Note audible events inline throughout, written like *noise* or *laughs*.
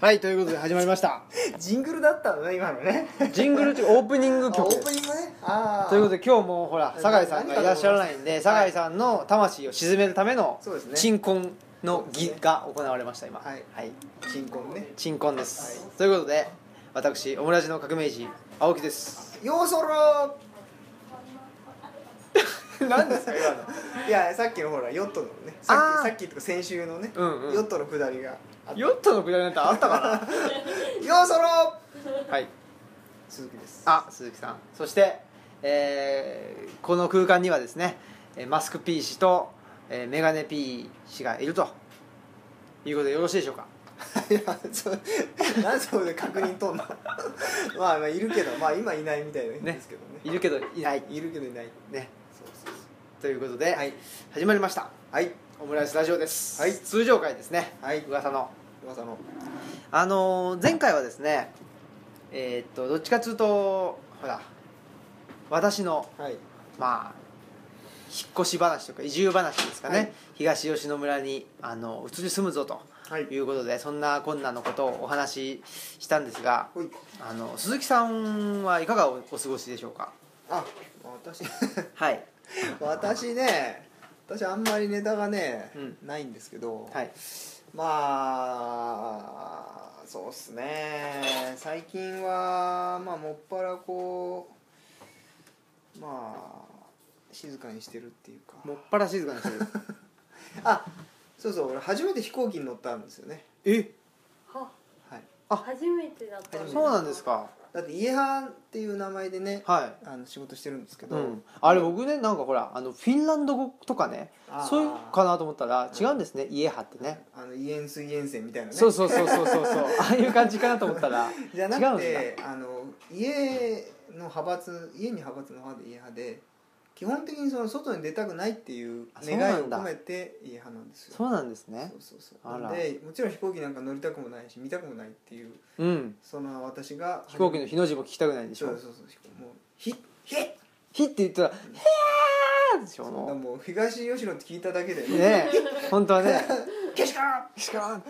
はいということで始まりましたジングルだったのね今のねジングル中オープニングあオ曲ープニングねああということで今日もほらはい酒井さんがいらっしゃらないんでは酒い井さんの魂を沈めるためのそうですね鎮魂の儀そうですねが行われました今はいはい新婚ね鎮魂ですということで私オムラジの革命児青木 *laughs* ですようそろ何ですか今 *laughs* のいやさっきのほらヨットのねあーさっきさっきとか先週のね、うんうんヨットの下りがあったヨよットのくだりなんてあったかうそろな *laughs* はい鈴木です *laughs* あ鈴木さんそして、えーこの空間にはですねえーマスク P 氏と、えー、メガネ P 氏がいるということでよろしいでしょうかいやそうなんでそれで確認取んの *laughs* まあまあいるけどまあ今いないみたいなんですけどねいるけどいないいるけどいないねそうそうそうということで、始まりましたはいオムライスラジオです、はい通常回ですねはい噂の噂のあのー前回はですねえーっとどっちかというとほら私のはいまあ引っ越し話とか移住話ですかね、はい東吉野村にあの移り住むぞとはいいうことで、そんな困難のことをお話ししたんですがほいあの鈴木さんはいかがおお過ごしでしょうかあ私 *laughs* はい私ね私あんまりネタがね、うんないんですけど、はいまあそうっすね最近はまあもっぱらこうまあ静かにしてるっていうかもっぱら静かにしてるあそうそう俺初めて飛行機に乗ったんですよねえははいあ初めてだったそうなんですかだってイエハンっていう名前でね、はいあの仕事してるんですけど、うん、あれ僕ねなんかほらあのフィンランド語とかねあーそういうかなと思ったら違うんですね家派ってねあのイエンスイエンセンみたいなねそうそうそうそうそう *laughs* そうああいう感じかなと思ったらじゃな違うんだくてあの家の派閥家に派閥の派で家派で基本的にその外に出たくないっていうあそう願ないをんだ込めて家派なんですよそうなんですねそうそうそうあらなんでもちろん飛行機なんか乗りたくもないし見たくもないっていううんその私が飛行機の日の字も聞きたくないでしそうょそうそう飛行もうひひっ「ひ」って言ったら「へーでしょももう東吉野って聞いただけでうねねえ本当はねけしからんっしか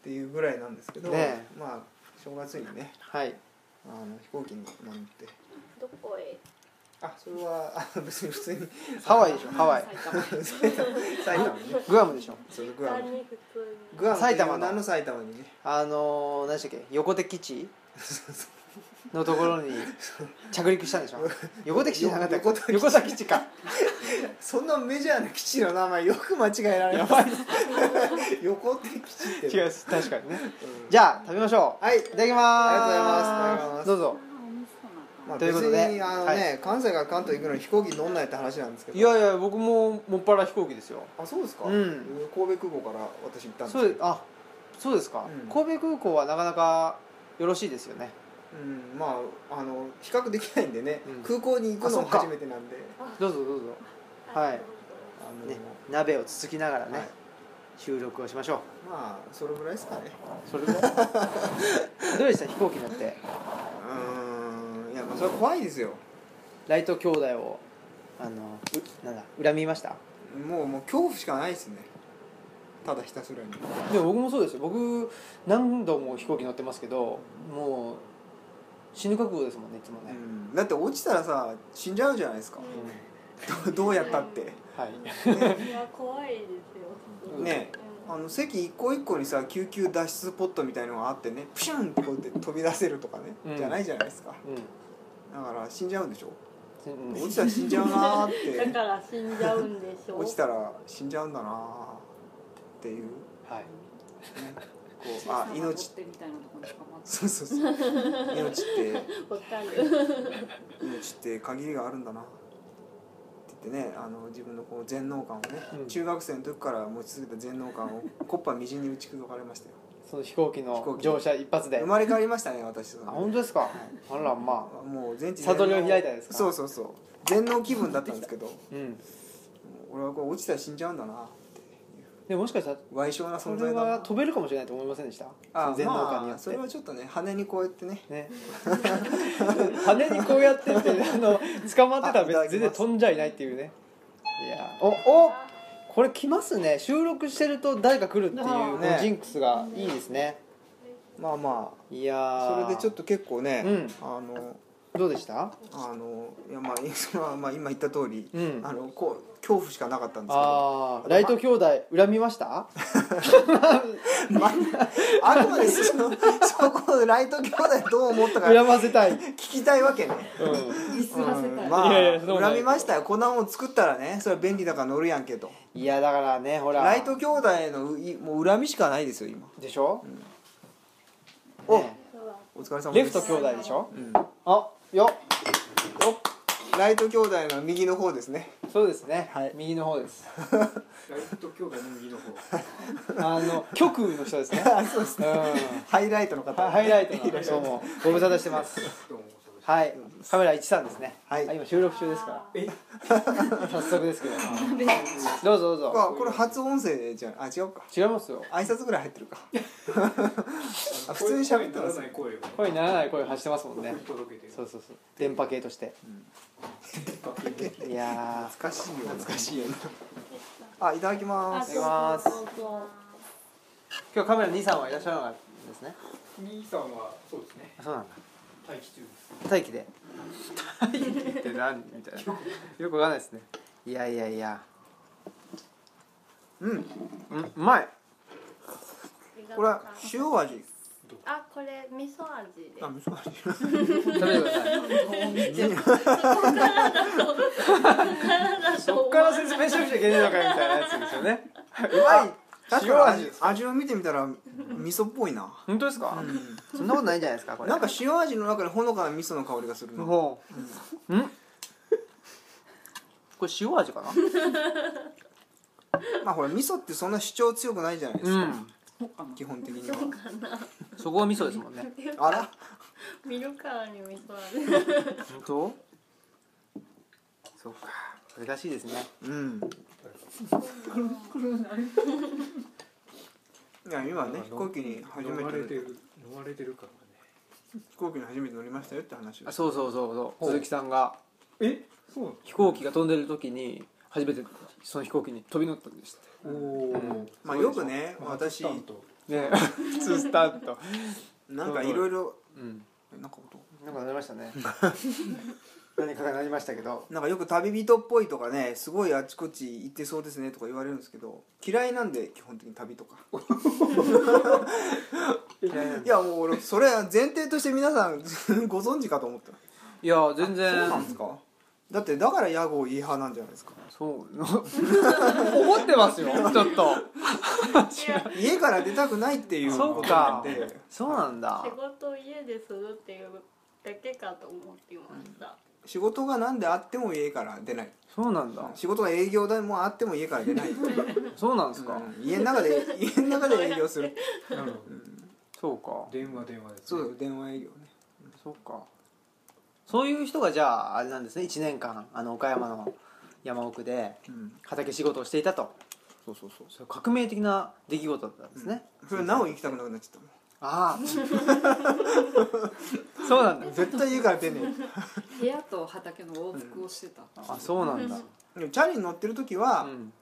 ていうぐらいなんですけど、ねまあ正月にねはいあの飛行機に乗ってどこへあそれはあ別に普通にハワイでしょハワイ埼玉埼玉埼玉にねグアムでしょそれグア単ムに普通にグアム埼玉のの名の埼玉にねあのー何でしたっけ横手基地のところに着陸したんでしょ横手基地じゃなかったっけ横横田基地かそんなメジャーな基地の名前よく間違えられやまばいす横手基地って違うう、です確かにねうんじゃあ食べましょうはいいただきますありがとうございますどうぞまあ、とい別うことでにあのはね、関西から関東行くのに飛行機乗んないって話なんですけどいやいや僕ももっぱら飛行機ですよあそうですか、うん神戸空港から私行ったんですそうであそうですか、うん神戸空港はなかなかよろしいですよねうんまああの比較できないんでね、うん空港に行くのもあそっか初めてなんでどうぞどうぞ、はいあの、ね、鍋をつつきながらね、はい収録をしましょうまあそれぐらいですかねそれでどうでした飛行機乗ってうーんいやまあそれは怖いですよライト兄弟をあのうなんだ恨みましたもうもう恐怖しかないですねただひたすらにでも僕もそうですよ僕何度も飛行機乗ってますけどもう死ぬ覚悟ですもんねいつもね、うんだって落ちたらさ死んじゃうじゃないですかう *laughs* んどどうやったってはいいや怖いですよねあの席一個一個にさ救急脱出ポットみたいのがあってねプシュンってこうやって飛び出せるとかね、うんじゃないじゃないですかうだから死んじゃうんでしょん落ちたら死んじゃうなー *laughs* だっかてら死んじゃうんでしょ落ちたら死んじゃうんだなーっていうはいこう *laughs* あ命ってみたいなところに捕まってそうそうそう命ってわかる命って限りがあるんだなってってねあの自分のこう全能感をね、うん中学生の時から持ち続けた全能感 *laughs* をコッパみじんに打ち砕かれましたよその飛行機飛行の機乗車一発で生あまれ変わりましたね私その本当ですかあらまあもう全知悟りを開いたんですかそうそうそう全能気分だったんですけどもうんう俺はこれ落ちたら死んじゃうんだなってでもしかしたら賠償なそ存れ在だなは飛べるかもしれないと思いませんでしたあ全能感によまあっそてれはちょっとね羽にこうやってねね羽にこうやってってあ *laughs* の捕まってたら別あにいただきます全然飛んじゃいないっていうねいやおおこれ来ますね収録してると誰か来るっていうこねのジンクスがいいですねまあまいやあーそれでちょっと結構ね、うんあのどうでしたあのいやまあいそれはまあ今言った通り、うんあのこう恐怖しかなかったんですけどああライト兄弟恨みました *laughs* あくまでそのそこをライト兄弟どう思ったか聞恨ませたい、うん、きたいわけね、ミスうらせたい、ん、まあいやいやそうなんや恨みましたよこんなもん作ったらねそれは便利だから乗るやんけと *laughs* いやだからねほらライト兄弟のういもう恨みしかないですよ今でしょ、おねお疲れ様レでフすト兄弟でしょうんあよおライト兄弟の右の方ですねそうですね、はい右の方 *laughs* ですライト兄弟の右の方あの極右の人ですねそうですね、うんハイライトの方はハイライトのどうもご無沙汰してますどうもお騒がはいカメラ13ですね、はいあ今収録中ですかせえら *laughs* 早速ですけどどうぞどうぞあこれ初音声じゃんあ違うか違いますよ挨拶ぐらい入っ *laughs* てるかあ普通に喋ってます声にならない声を声にならない声発してますもんね届けてるそうそうそう電波系としていや懐かしいよ懐かしいよいあいただきまいすただきますそうそうそうー今日カメラ兄さんはいらっしゃらなかったですね兄さんはそうですねあそうなんだ待機中です待機で待機って何みたいなよくわかんないですねいやいやいやうんうんうまいこれは塩味あ、これ味噌味であ味噌味食べてくだ *laughs* さいす。そっから説明しなくちゃいけないのかよみたいなやつですよね *laughs* うまい確塩かに味味味を見てみたら味噌っぽいな、本当ですか、うそんなことないんじゃないですかこん、れなんか塩味の中にほのかな味噌の香りがするなもう、うん、これ塩味かなまあほら味噌ってそんな主張強くないじゃないですうか、ん基本的にはそこは味噌ですもんねあら見るからに *laughs* 味噌味。本当そうか難しいですねうんいや今ね飛行機に初め飲まれててる飲まれてる感が飛行機に初めて乗りましたよって話をあそうそうそうそうほう鈴木さんがねえそうな飛行機が飛んでる時に初めてその飛行機に飛び乗ったんですっのおおまあよくね私てね普通 *laughs* スタートなんかいろいろうんなんか音なんかなりましたね何かがなりましたけどなんかよく旅人っぽいとかねすごいあちこち行ってそうですねとか言われるんですけど嫌いなんで基本的に旅とかいやもう俺それは前提として皆さんご存知かと思ったいや全然そうなんですかだってだから屋号いい派なんじゃないですかそう *laughs* 怒ってますよちょっと家から出たくないってい *laughs* うそうことかなんでそうなんだ仕事を家でするっていうだけかと思ってました。仕事が何であっても家から出ないそうなんだ仕事が営業でもあっても家から出ない、そうなんですか、うん家の中で家の中で営業するなるほそうかど電話電話ですそねうだよ電話営業ねそうかそういう人がじゃああれなんですね1年間あの岡山の山奥でうん畑仕事をしていたとそうそうそうそれ革命的な出来事だったんですね、それなお行きたくなくなっちゃったもんああそうなんだ絶対家から出ね部屋と畑の往復をしてた、 *laughs* あそうなんだえでもチャリに乗ってる時はう、ん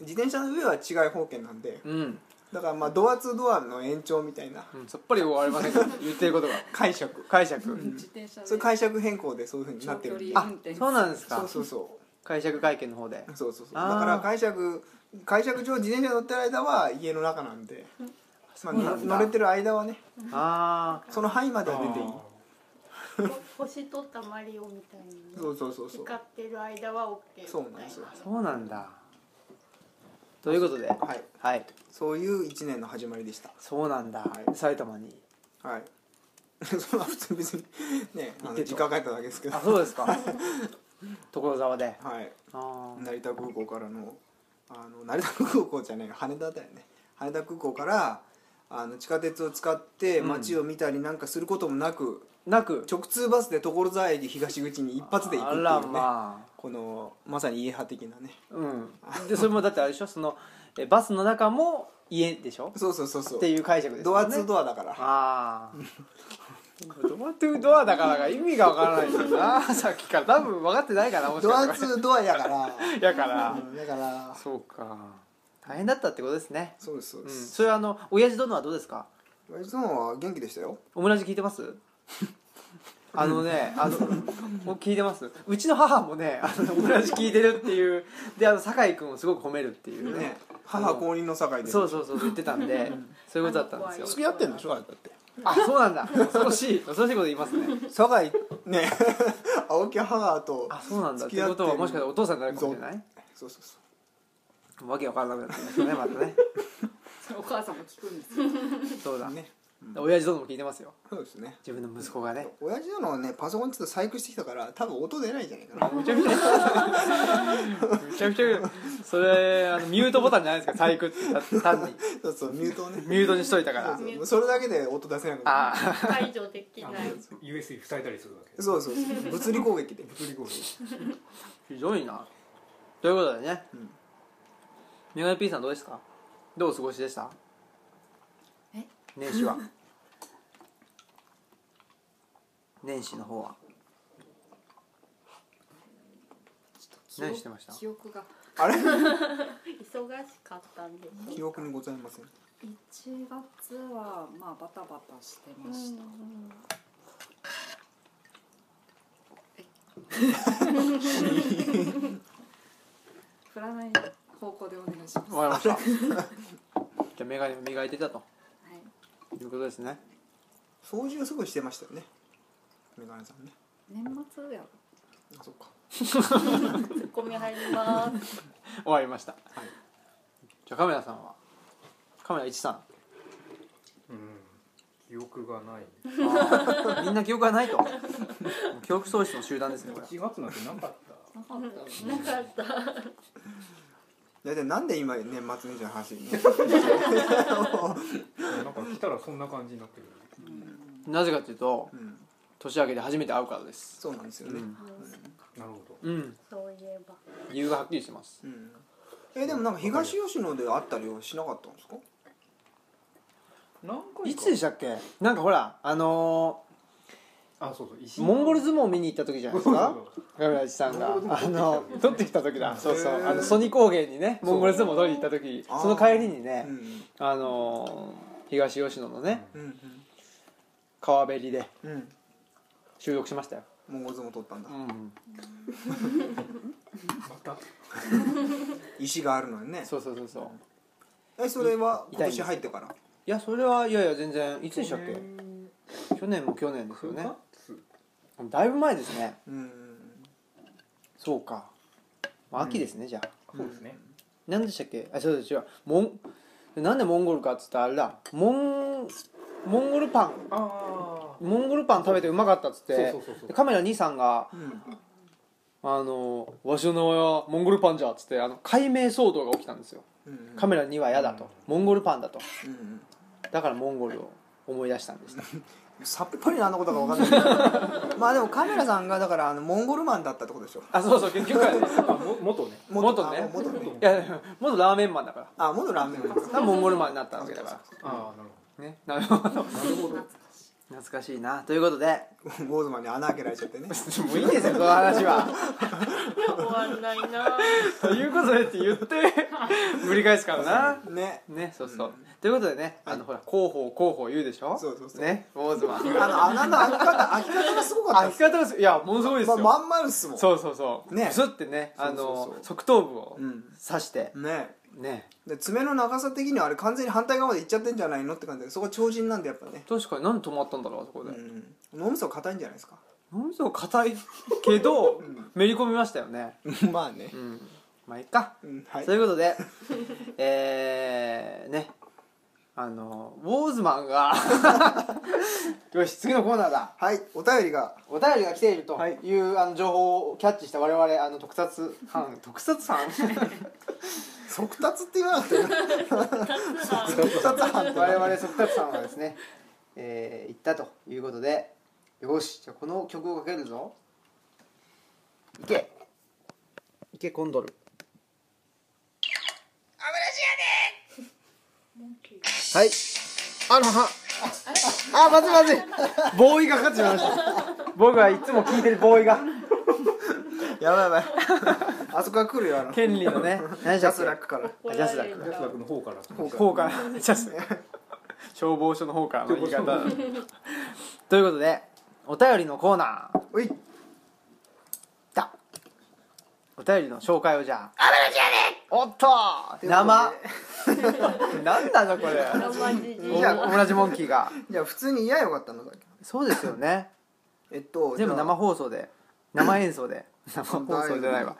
自転車の上は違い方圏なんでうん、だからまあドアツードアの延長みたいなうん、さっぱり終わりませんけど言ってることが解釈 *laughs* 解釈、自転車でそれ解釈変更でそういうふうになってるんで長距あ離運転そうなんですかそうそうそう解釈会見の方でそうそうそうあーだから解釈解釈上自転車乗ってる間は家の中なんで、まあ、うなのんだ乗れてる間はねああその範囲までは出ていいあ星取ったマリオみたいにそうそうそうそう使ってる間はオッケー。そうなんですよそうなんだということではいはいそういう1年の始まりでしたそうなんだ、はい埼玉にはい *laughs* そんな普通に別にねあ行っのてと実家帰っただけですけど *laughs* あそうですか所沢ではいあー成田空港からのあの成田空港じゃない羽田だよね羽田空港からあの地下鉄を使ってうん街を見たりなんかすることもなく、なく直通バスで所沢駅東口に一発で行くっていうねあらまこのまさに家派的なねあうんでそれもだってあれでしょそのえバスの中も家でしょそうそうそうそうっていう解釈ですドよアねツードアだからああドアトゥドアだからが意味がわからないんだよ *laughs* なさっきから多分分かってないかなもしドかしアツたらードアやからやから *laughs* うんだからそうか大変だったってことですねそうですそううでんす、それはあの親父殿はどうですか親父のは元気でしたよオムラジ聞いてますあのねあの僕聞いてますうちの母もねあのオムラジ聞いてるっていうであの酒井君をすごく褒めるっていうねね母公認の境でそうそうそう言ってたんでそういうことだったんですよう付き合ってんでしょあれだってあそうなんだ恐ろしい恐ろしいこと言いますね酒井 *laughs* ね青木母とあそうなんだって付き合こってとるはもしかしたらお父さんになるかもしれないそうそうそうわけわからなくなってきましたねまたねそれお母さんも聞くんですよそうだね親父ども聞いてますよそうですね自分の息子がね親父のねパソコンちょっと細工してきたから多分音出ないんじゃないか *laughs* なむちゃくちゃむちゃくちゃそれあのミュートボタンじゃないですか細工って単にそうそうミュートをねミュートにしといたからそうそうそれだけで音出せなくなああ解除できあなのい USB 塞いだりするわけるそうそうそう物理攻撃で物理攻撃ひどいなということでね、うんメガネ P さんどうですかどうお過ごしでしたえ年始は年始の方は記憶何してました記憶があれ忙しかったんです記憶にございません1月はまあバタバタしてました、 *laughs* 振 *laughs* らない方向でお願いします、はわか *laughs* りましたじゃあメガネを磨いてたということですね掃除をすぐしてましたよねメガネさんねい、年末やあそっかツッコミ入ります終わりました、いじゃあカメラさんはカメラ1さんうん記憶がない *laughs* みんな記憶がないともう記憶喪失の集団ですねこれ1月なんてなかった *laughs* なかったなかった大体なんで今年末年始の話に *laughs* なんか来たらそんな感じになってるなぜかというとうん年明けで初めて会うからですそうなんですよねなるほうどんそういえば理由がはっきりしてますうんえでもなんか東吉野で会ったりはしなかったんですか何回かいつでしたっけなんかほらあのあそうそう石ー、モンゴル相撲見に行った時じゃない *laughs* ですかそうそうガブラジさんがモンゴルあ相の撲取ってきた時だそうそへうーあのソニ高原にねそうモンゴル相撲取りに行った時あーその帰りにうねんあのー、東吉野のねうん川べりでうんうん収録しましたよ、モンゴル相撲取ったんだうん、また石があるのにねそうそうそうそうえそれは今痛いんです年入ってからいやそれはいやいや全然いつでしたっ去け年去年も去年ですよ九ね月だいぶ前ですねうんそうか、まあ、秋ですね、じゃあそうですね何でしたっけあそうです違うモンなんでモンゴルかっつったらあれだモンモンゴルパンあモンゴルパン食べてうまかったっつっあてそうそうそうでそうカメラ兄さんがうんうん「あのわしの名前はモンゴルパンじゃ」っつってあの解明騒動が起きたんですようんカメラには嫌だと、モンゴルパンだとうんうんだからモンゴルを思い出したんですさっぱり何のことか分かん *laughs* ないまあでもカメラさんがだからあのモンゴルマンだったってことでしょあそうそう結局はねあも元ね元ねあ元ねいや元ラーメンマンだからあ元ラーメンマン *laughs* だからモンゴルマンになったわけだかああなるらねなるほどほどなるほど懐かしいなということでモンゴルマンに穴開けられちゃってねもういいですよこの話は終わんないなということでって言って *laughs* ぶり返すからなねねそうそう、ということでねあのほら広報広報言うでしょそうそうそうね坊主はあの穴の開き方開き方がすごかった開できす方がすいやものすごいですよ、ままん丸っすもんそうそうそうねスッてねあのそうそうそう側頭部をうん刺して、ねねで爪の長さ的にはあれ完全に反対側まで行っちゃってんじゃないのって感じでそこ超人なんでやっぱね確かに何で止まったんだろうあそこうで、ん脳みそ硬いんじゃないですかものすごく硬いけど、んめり込 *laughs* みましたよねまあねうんまあいっか *laughs* うんはいということでえーねああのウォーズマン *laughs* がよし次のコーナーだはいお便りがお便りが来ているとはいいう、あの情報をキャッチした我々あの特撮班 *laughs* 特撮班速達って言わなくても達速達班っ *laughs* て我々特撮班はですね、えー行ったということでよしじゃあこの曲をかけるぞいけいけコンドルはいあのはあまずいまずいボーイがかかってしまいました僕はいつも聞いてるボーイがやばいやばいあそこが来るよ *laughs* あのジ権利のね何ャスラックからジャスラッ安田君の方から方からジャス *laughs* 消防署の方からの言い方ということでお便りのコーナーおいだお便りの紹介をじゃあおっと生何 *laughs* なのこれ生じじいじゃあ同じモンキーがじゃあ普通に嫌よかったのだっけそうですよ *laughs* ねえっと全部じゃあ生放送で生演奏で *laughs* 生放送じゃないわ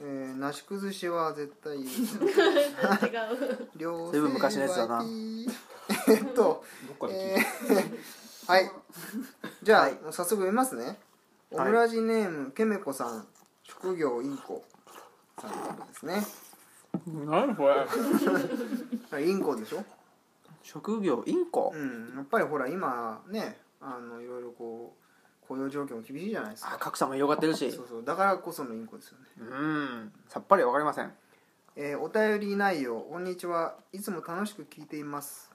えー、なし崩しは絶対言う違う両随分昔のやつだな性脇えっ *laughs* とどっかで聞いえてーはいじゃあ、はいもう早速読みますねオはいムラジネームけめこさん職業インコさんのことですね何これあインコでしょ *laughs* 職業インコうんやっぱりほら今ねあのいろいろこう雇用状況も厳しいじゃないですあか格差も広がってるしそうそうだからこそのインコですよねうんさっぱりわかりませんえーお便り内容こんにちはいつも楽しく聞いています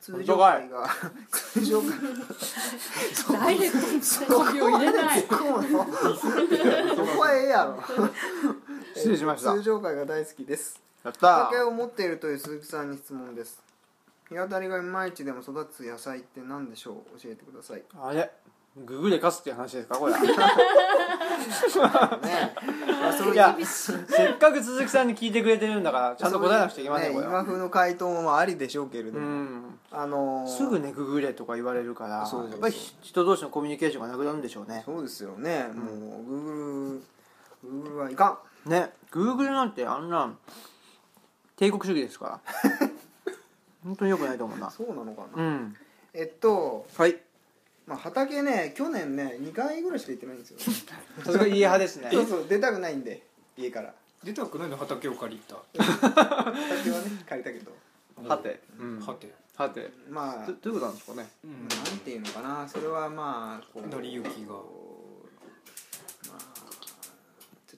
通本常当かい会が通常会ダイレクトにコピを入れ *laughs* ないこうのそこはええやろ *laughs* 失礼しました通常会が大好きですやったきっーかけを持っているという鈴木さんに質問です日当たりがいまいちでも育つ野菜って何でしょう教えてくださいねあれググで貸すっていう話ですかこれあそういういやせっかく鈴木さんに聞いてくれてるんだからちゃんと答えなくちゃいけませんねこれは今風の回答もありでしょうけれどうも、んあのーすぐねググれとか言われるからそうそうそうやっぱり人同士のコミュニケーションがなくなるんでしょうねそうですよね、もうグーグルグーグルはいかんねグーグルなんてあんな帝国主義です *laughs* から本当によくないと思うなそうなのかうな、んえっと、はいまあ、畑ね去年ね2回ぐらいしか行ってないんで *laughs* すよさすが家派です *laughs* ねそうそう出たくないんで家から出たくないの畑を借りた畑はね *laughs* 借りたけどはてうんはてはてまあどどういうことなんですかねううんなんんていうのかなそれはまあこう成り行きがこうまあ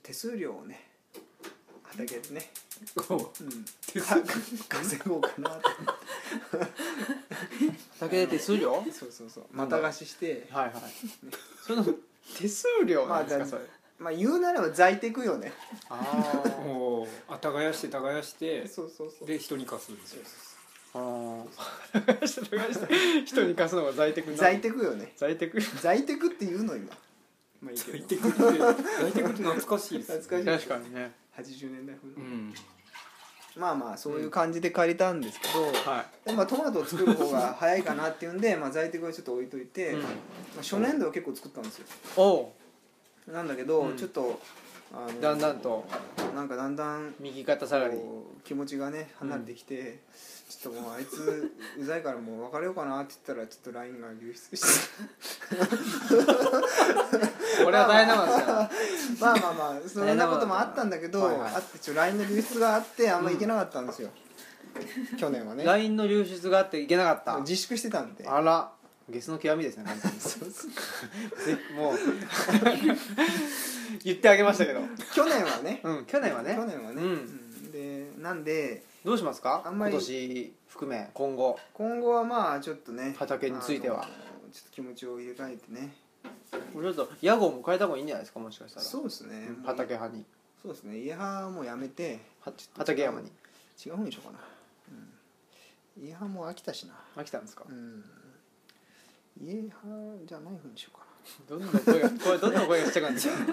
手数料をね畑でね、うん、手数料稼ごうかなと酒で手数料はいそうそう *laughs* そうまた貸ししてはいその手数料なんですかそれまあ言うならば在宅よねあー *laughs* もうあ耕して耕してそうそうそうで人に貸すんですよあー人に貸すのが在宅な在宅よね在宅在宅って言うの今まあいいけ在ど宅って在宅って懐かしいです懐かしい確かにね80年代風のうんまあまあそういう感じで借りたんですけど、はでまあ、トマトを作る方が早いかなっていうんで、 *laughs* まあ、在宅はちょっと置いといて、い、まあ、初年度は結構作ったんですよおおなんだけど、うんちょっとあのだんだんとなんかだんだん右肩下がりこう気持ちがね離れてきて、ちょっともうあいつうざいからもう別れようかなって言ったらちょっと LINE が *laughs* 流出してこれは大変なことです *laughs* よまあまあまあそんなこともあったんだけど、はいはいあってちょ LINE の流出があってあんま行けなかったんですよ、去年はね LINE の流出があっていけなかった自粛してたんであらゲスの極みですね完 *laughs* 全にぜもう *laughs* 言ってあげましたけど去年はねうん *laughs* 去年はね去年はね、うんうんでなんでどうしますかあんまり今年含め今後今後はまあちょっとね畑についてはあのちょっと気持ちを入れ替えてねこれちょっと屋号も変えた方がいいんじゃないですかもしかしたらそうですねうん畑派にそうですね家派はもうやめては畑山に違う方にしようかな、うん、家派も飽きたしな飽きたんですかうん家派じゃない方にしようかどんな声がこれどんな声がしてくるんですかな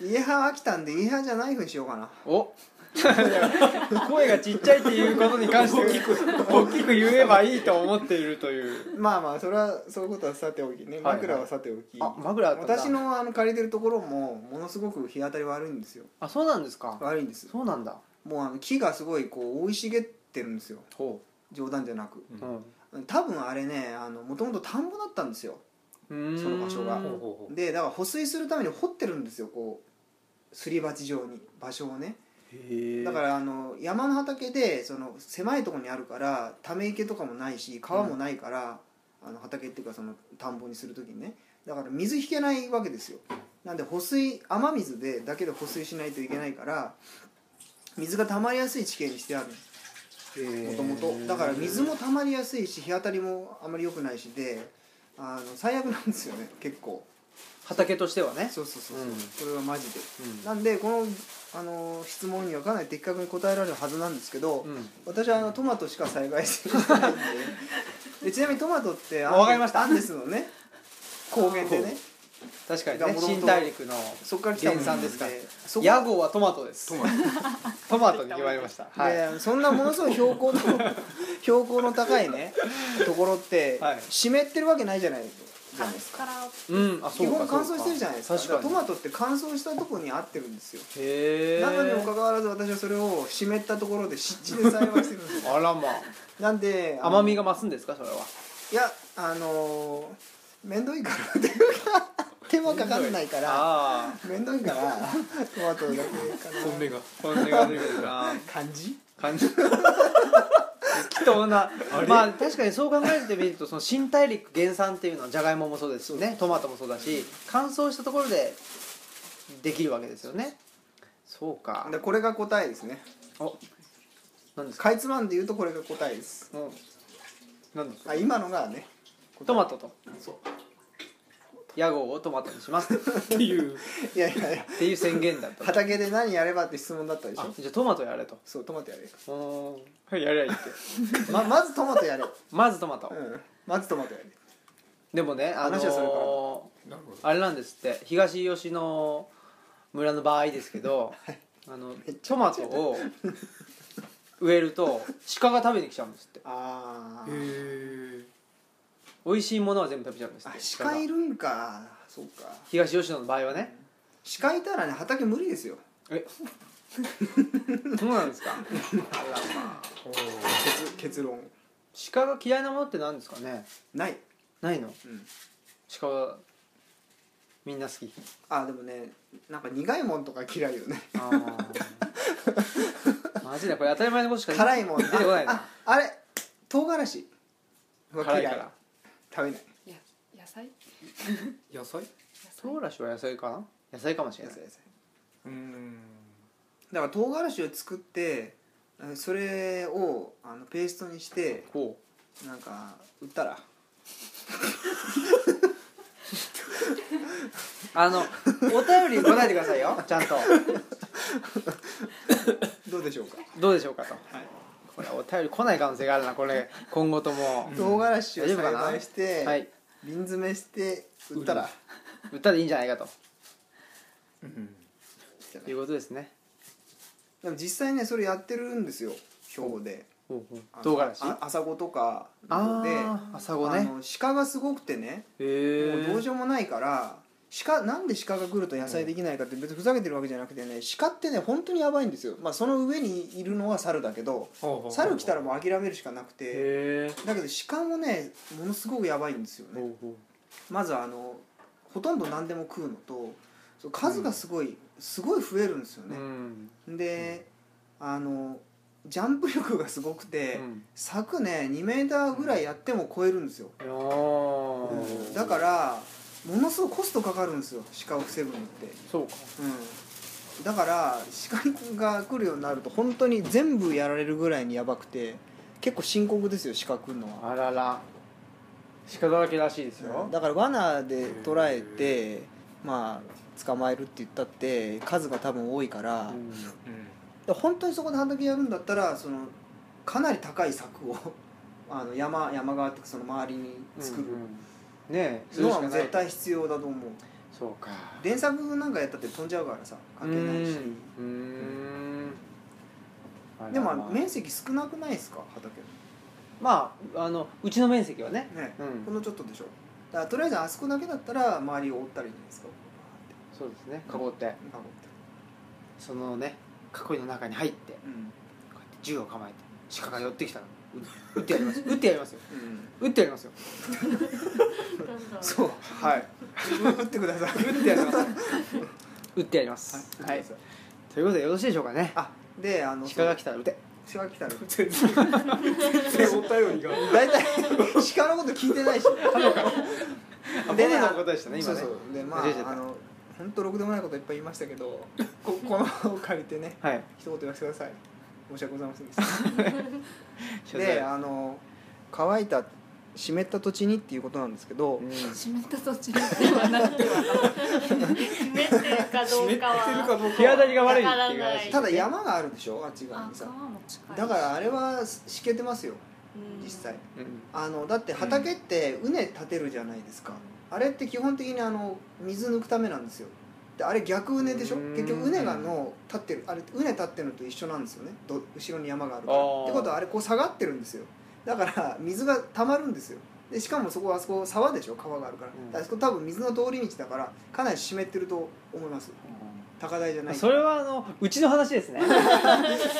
家派は飽きたんで家派じゃない方にしようかなお声がちっちゃいっていうことに関して大きく大きく言えばいいと思っているというまあまあそれはそういうことはさておきねはいはい枕はさておき、あ枕だったんだ私のあの借りてるところもものすごく日当たり悪いんですよあそうなんですか悪いんですそうなんだもうあの木がすごいこう生い茂ってるんですよほ冗談じゃなくうん多分あれねもともと田んぼだったんですようんその場所がほうほうほうでだから保水するために掘ってるんですよこうすり鉢状に場所をねへえだからあの山の畑でその狭いところにあるからため池とかもないし川もないから、あの畑っていうかその田んぼにする時にねだから水引けないわけですよなんで保水雨水でだけで保水しないといけないから水が溜まりやすい地形にしてあるもともとだから水も溜まりやすいし日当たりもあまり良くないしであの最悪なんですよね結構畑としてはねそうそうそううそうんこれはマジでうなんでこのあの質問にはかなり的確に答えられるはずなんですけど、んうん私はあのトマトしか栽培してないん *laughs* ででちなみにトマトってあわかりましたアンデスのね高原でね確かにだかねら元々新大陸のそこから来たもの原なん産ですからそこ屋号はトマトですトマ *laughs* トマトに決まりましたはいでそんなものすごい標 *laughs* 高の標高の高いねところって、はい湿ってるわけないじゃないじゃないですかカラッうんあそ基うか本乾燥してるじゃないですか確かにだらトマトって乾燥したところに合ってるんですよへえなのにもかかわらず私はそれを湿ったところで湿地で栽培してるんですよあらま *laughs* なんであの甘みが増すんですかそれはいやあのー、面倒いからというか手間かかんないからああ面倒いからトマトだけかト本音が本音が出てくるなな感じ感じ適当なまあ確かにそう考えてみるとその新大陸原産っていうのはじゃがいももそうですしねトマトもそうだし乾燥したところでできるわけですよねそうかでこれが答えですねお何ですかかいつまんで言うとこれが答えですうん何ですかあ今のがねトマトと屋号をトマトにしますっっていういやいやいやていう宣言だったあ畑で何やればって質問だ *laughs* ったでしょじゃあトマトやれとそうトマトやれうんやりゃいいってままずトマトやれ、うまずトマトん、まずトマトやれでもねあのー話はそれからなるほどあれなんですって東吉野村の場合ですけ *laughs* どあのトマトを植えると鹿が食べに来ちゃうんですってあへーえ美味しいものは全部食べちゃうんですっあて鹿いがるんかそうか東吉野の場合はね鹿いたらね畑無理ですよ *laughs* えそうなんですか結結論鹿が嫌いなものって何ですかねない、ないのうん、鹿はみんな好きあでもねなんか苦いもんとか嫌いよねあ *laughs* あマジでこれ当たり前のことしか辛いもん出てこないあなああれ唐辛子は辛い嫌から食べないや野菜野菜唐辛子は野菜かな野菜かもしれ野ない菜野菜うーんだから唐辛子を作ってえそれをあのペーストにしてこうなんか売ったらあの、お便りに答えてくださいよ、ちゃんと。どうでしょうか、どうでしょうかと。これお便り来ない可能性があるな、これ、今後とも。唐辛子を大丈夫か栽な培して、はい、瓶詰めして売ったら売る歌でいいんじゃないかと、うんいうことですね。でも実際ねそれやってるんですよ兵庫であの唐辛子。あ朝子とかの方でああ、朝ごあね。の鹿がすごくてねもうへどうしようもないから鹿なんで鹿が来ると野菜できないかって別にふざけてるわけじゃなくてね鹿ってね本当にやばいんですよ、まあ、その上にいるのは猿だけど猿来たらもう諦めるしかなくてえ。だけど鹿もねものすごくやばいんですよねまずあのほとんど何でも食うのとそう数がすごいすごい増えるんですようねん。であのジャンプ力がすごくうてん。柵ね2メーターぐらいやっても超えるんですよあーだからものすごいコストかかるんですよ鹿を防ぐのって、そうか。うん、だから鹿が来るようになると本当に全部やられるぐらいにやばくて結構深刻ですよ鹿来るのはあらら。鹿だらけらしいですよ。だから罠で捕らえてまあ捕まえるって言ったって数が多分多いから、うんうんで本当にそこで畑やるんだったらそのかなり高い柵を *laughs* あの山山側っていうかその周りにう作んうるんねえ、のはもうない絶。対必要だと思うそうか。連作なんかやったって飛んじゃうからさ関係ないしうーんうーんであもらあのまあ面積少なくないですか畑まああのうちの面積はねねうんこのちょっとでしょだからとりあえずあそこだけだったら周りを覆ったらいいんじゃないですかそうですね囲って囲ってそのね囲いの中に入ってこうんうやって銃を構えて鹿が寄ってきたら打ってやります打ってやりますようん打ってやりますよなんだろうそうはい *laughs* 打ってください打ってやります打ってやりますはいということでよろしいでしょうかねあであの鹿が来たら打て鹿が来たら全然全然お便りが大体鹿のこと聞いてないしあでね僕のことでしたね今ねそうそうでまあ間違えちゃったあの本当ろくでもないこといっぱい言いましたけどここの場を借りてねはい一言言わせてください申し訳ございませんでした謝罪であの乾いた湿った土地にっていうことなんですけど、うん湿った土地ではなくては湿ってるかどうかは日当たりが悪いっていうわからない話ただ山があるでしょ *laughs* あっち側あにさ川も近いしだからあれはしけてますようん実際うんあのだって畑って畝立てるじゃないですか、あれって基本的にあの水抜くためなんですよであれ逆畝でしょうん結局畝がの立ってるあれ畝立ってるのと一緒なんですよねど後ろに山があるかあらーってことはあれこう下がってるんですよだから水が溜まるんですよでしかもそこはあそこ沢でしょ川があるから,、うんあそこ多分水の通り道だからかなり湿ってると思います高台じゃないそれはあのうちの話です *laughs* ね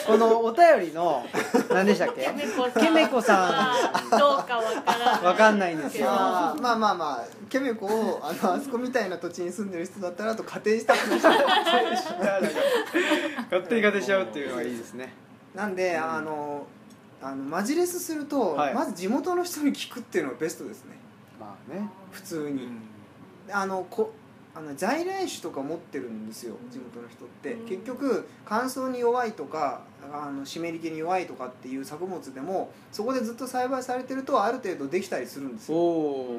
このお便りの何でしたっけケメコさんケメコさんどうかわからないわかんないんですよあーまあまあまあケメコをあのあそこみたいな土地に住んでる人だったらと仮定したくなっちゃう勝手に勝手しちゃうっていうのがいいですねなんで、うんあのあのマジレスすると、はいまず地元の人に聞くっていうのがベストですねまあね普通うに、んあのこあの在来種とか持ってるんですよ地元の人って、うん結局乾燥に弱いとかあの湿り気に弱いとかっていう作物でもそこでずっと栽培されてるとある程度できたりするんですおよ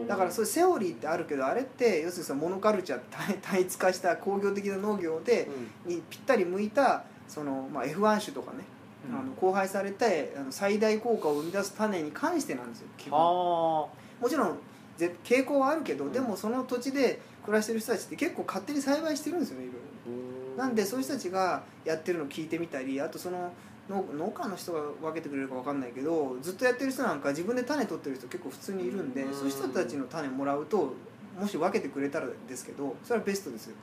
おだからそういうセオリーってあるけどあれって要するにそのモノカルチャー *laughs* 単単一化した工業的な農業で、にぴったり向いたその、まあ、F1 種とかねうんあの交配されてあの最大効果を生み出す種に関してなんですよ基本あもちろんぜ傾向はあるけど、うんでもその土地で暮らしてる人たちって結構勝手に栽培してるんですよねいろいろあなんでそういう人たちがやってるのを聞いてみたりあとその農農家の人が分けてくれるか分かんないけどずっとやってる人なんか自分で種取ってる人結構普通にいるんで、うんそういう人たちの種もらうともし分けてくれたらですけどそれはベストですよ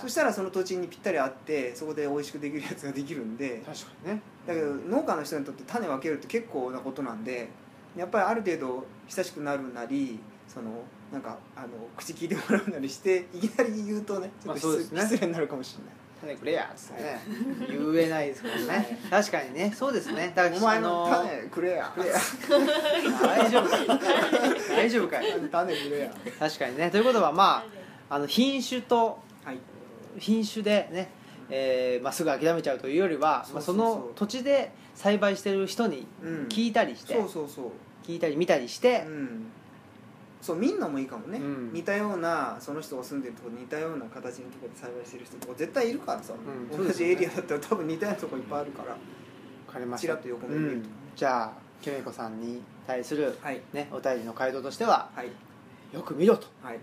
そしたらその土地にぴったり合ってそこで美味しくできるやつができるんで確かにねだけど農家の人にとって種分けるって結構なことなんでやっぱりある程度親しくなるなりそのなんかあの口聞いてもらうなりしていきなり言うとねちまょっとあそう失,、ですね失礼になるかもし種くれやっつってね言えないですから *laughs* ね確かにねそうですねだかれならいお前あのー種くれやくれや大丈夫かい大丈夫かい *laughs* 種くれや確かにねということはまああの品種とはい品種でね、えーまあ、すぐ諦めちゃうというよりはそまあうそそうそうの土地で栽培してる人にうん聞いたりして、そうそうそう聞いたり見たりしてう、んそう見んのもいいかもね、うん似たようなその人が住んでるとこ似たような形のところで栽培してる人とか絶対いるからさ、んそう同ですじよエねリアだったら多分似たようなとこいっぱいあるから、わかりましちたらっと横う目で見るんとかね、じゃあケメコさんに対する、はいね、お便りの回答としてははいよく見ろとはい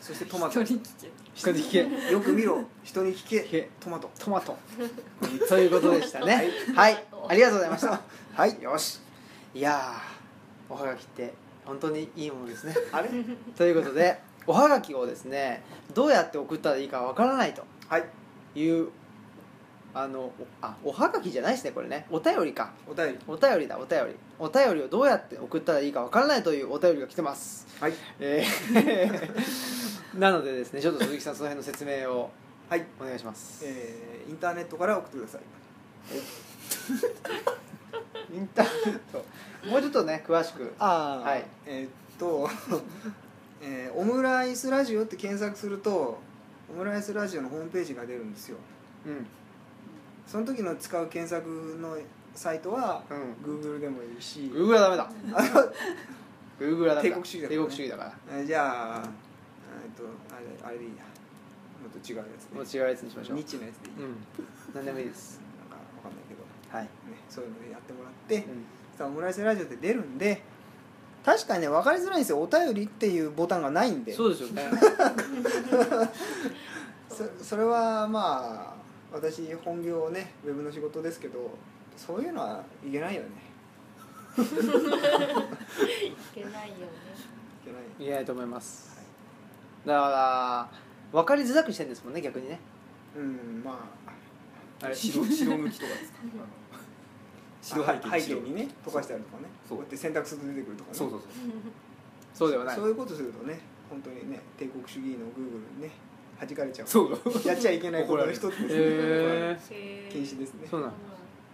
そしてトマト一人来て人に聞けよく見ろ人に聞け聞けトマトトマトということでしたねはいありがとうございま *laughs* したはいよしいやーおはがきって本当にいいものですねあれということでおはがきをですねどうやって送ったらいいかわからないとはいいうあのおあおはがきじゃないですねこれねお便りかお便りお便りだお便りお便りをどうやって送ったらいいかわからないというお便りが来てますはいえー *laughs* なのでですねちょっと鈴木さんその辺の説明をはいお願いしますえーインターネットから送ってくださいインターネットもうちょっとね詳しくあーはいえーっと、 *laughs* えーオムライスラジオ」って検索するとオムライスラジオのホームページが出るんですようんその時の使う検索のサイトはうん Google でもいいし Google はダメだ *laughs* Google はダメだ帝国主義だ帝からね国主義だからえじゃあえっとあれあれでいいやもっと違うやつもうね違うやつにしましょうニッチなやつでいい、うなんん何でもいいですかわかんないけど、ね、はい、そういうのでやってもらって、うんさあオムライスラジオって出るんで確かにね分かりづらいんですよお便りっていうボタンがないんでそうですよねそそれはまあ私本業ねウェブの仕事ですけどそういうのはいけないよねいけないよねいけないいないと思いますだから分かりづらくしてるんですもんね逆にねうんまああれ白白抜きとかですかあ白背景背景にね溶かしてあるとかねそこううやって選択すると出てくるとかねそうそうそうそうではないそういうことするとね本当にね帝国主義のグーグルにね弾かれちゃうそう *laughs* やっちゃいけないことの一つですね、へへー禁止ですねえそうなの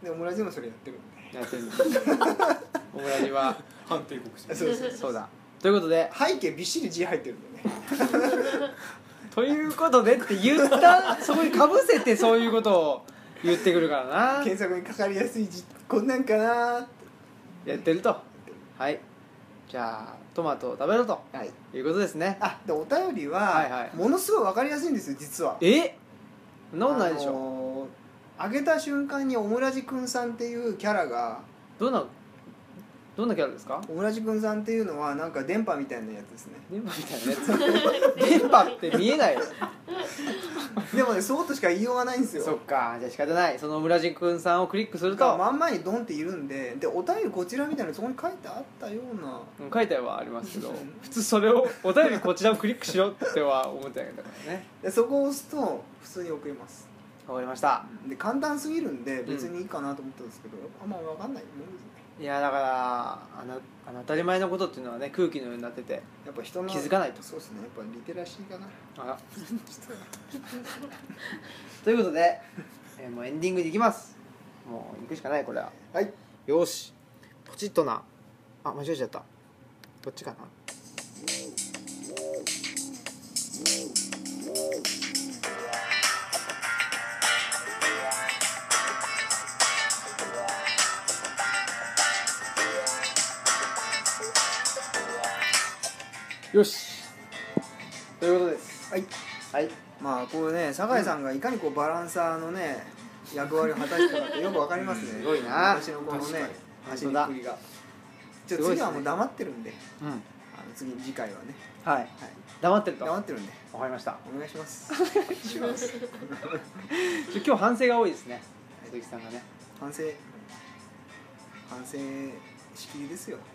でオムラジもそれやってるんでやって *laughs* んのオムラジは反帝国主義そうそうそうだということで背景びっしり字入ってるんでねということでって言ったそこにかぶせてそういうことを言ってくるからな検索にかかりやすい字こんなんかなーっ *laughs* やってるとはいじゃあトマトを食べろとてはいいうことですねあでお便りは、はいはいものすごいわかりやすいんですよ実はえそんなことないでしょ、ょあげた瞬間にオムラジくんさんっていうキャラがどんなどんなキャラですかオムラジくんさんっていうのはなんか電波みたいなやつです *laughs* ね電波みたいなやつ *laughs* 電波って見えないよでもねそうとしか言いようがないんですよそっかじゃあ仕方ないそのオムラジくんさんをクリックすると、が真ん前にドンっているんででお便りこちらみたいなのそこに書いてあったようなうん書いてはありますけ *laughs* ど普通それをお便りこちらをクリックしろっては思ってないんだからねでそこを押すと普通に送れますわかりましたで簡単すぎるんで別にいいかなと思ったんですけど、あんま分かんないもんですねいやだからあのあの当たり前のことっていうのはね空気のようになっててやっぱ人の気づかないとそうですねやっぱリテラシーかな *laughs* あということで、えーもうエンディングに行きますもう行くしかないこれははいよしポチッとなあ間違えちゃったどっちかなよしということですはいはいまあこうね酒井さんがいかにこうバランサーのね役割を果たしたかってよくわかりますねすごいな私のこのね確かに足に振りがじゃあすごいっす次ねはもう黙ってるんでうんあの次次回はね、はいはい、黙ってると黙わってるんでかりましたお願いしますちょ今日反省が多いですね鈴木さんがね反省反省しきりですよ *laughs*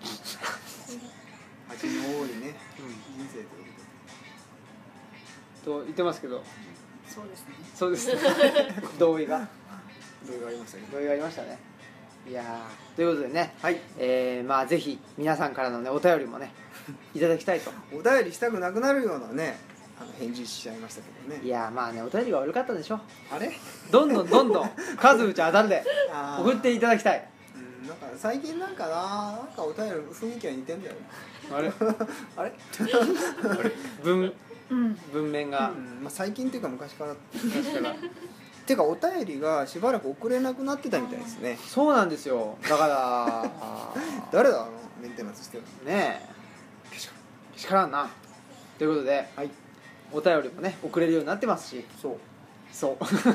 恥の多いうんね人生ということでと言ってますけどそうですねそうです *laughs* ね同意がいろいろありましたけど同意がありましたねいやーということでねはいえーまあぜひ皆さんからのねお便りも *laughs* ねいただきたいとお便りしたくなくなるようなねあの返事しちゃいましたけどいねやーまあねお便りは悪かったでしょあれどんどんどん *laughs* どん数打ち当たるであー送っていただきたいうんなんか最近なんかななんかお便りの雰囲気は似てんだよねあれあれ、 *laughs* 文うん文面うがんまあ、最近っていうか昔からっ確かにていうかお便りがしばらく送れなくなってたみたいですねそうなんですよだからあー誰だあのメンテナンスしてる *laughs* ねえけしからんけしからんなということではいお便りもね送れるようになってますしそうそうい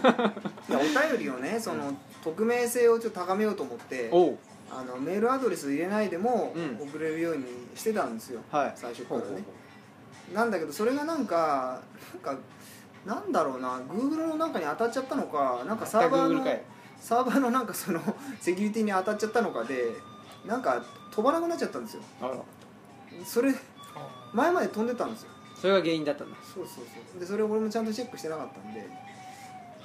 やお便りをねその匿名性をちょっと高めようと思っておうあのメールアドレス入れないでもうん送れるようにしてたんですよ、はい最初かほうらほうほねうなんだけどそれがなんかなんかなんだろうな Google の中に当たっちゃったのかなんかサーバーまた Google かのいサーバーのなんかそのセキュリティに当たっちゃったのかでなんか飛ばなくなっちゃったんですよあらそれ前まで飛んでたんですよそれが原因だったんだそうそうそうでそれ俺もちゃんとチェックしてなかったんで、ね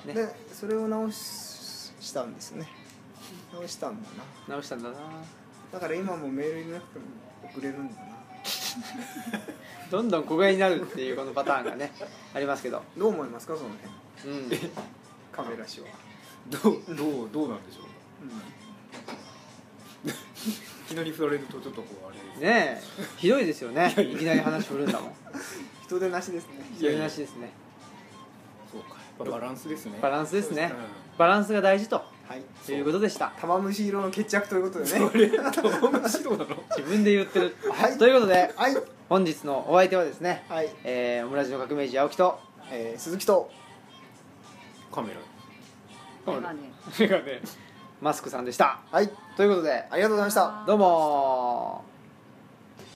でそれを直ししたんですね直したんだな直したんだなだから今もメール入れなくても送れるんだなどんどん小声になるっていうこのパターンがね *laughs* ありますけどどう思いますかその辺うんカメラ氏は、どうどうどうなんでしょうういきなり振られるとちょっとこうあれですねえひどいですよねいきなり話振るんだもんん、人手なしですねひどい話ですねそうかやっぱバランスですねバンランスですねうんバランスが大事とはいいうことでした玉虫色の決着ということでねあれどうなの白なの自分で言ってる、はいということではい本日のお相手はですね、はい、えー、オムラジの革命児青木とえー、鈴木とカメラメガネメガネマスクさんでしたはいということでありがとうございましたどうもー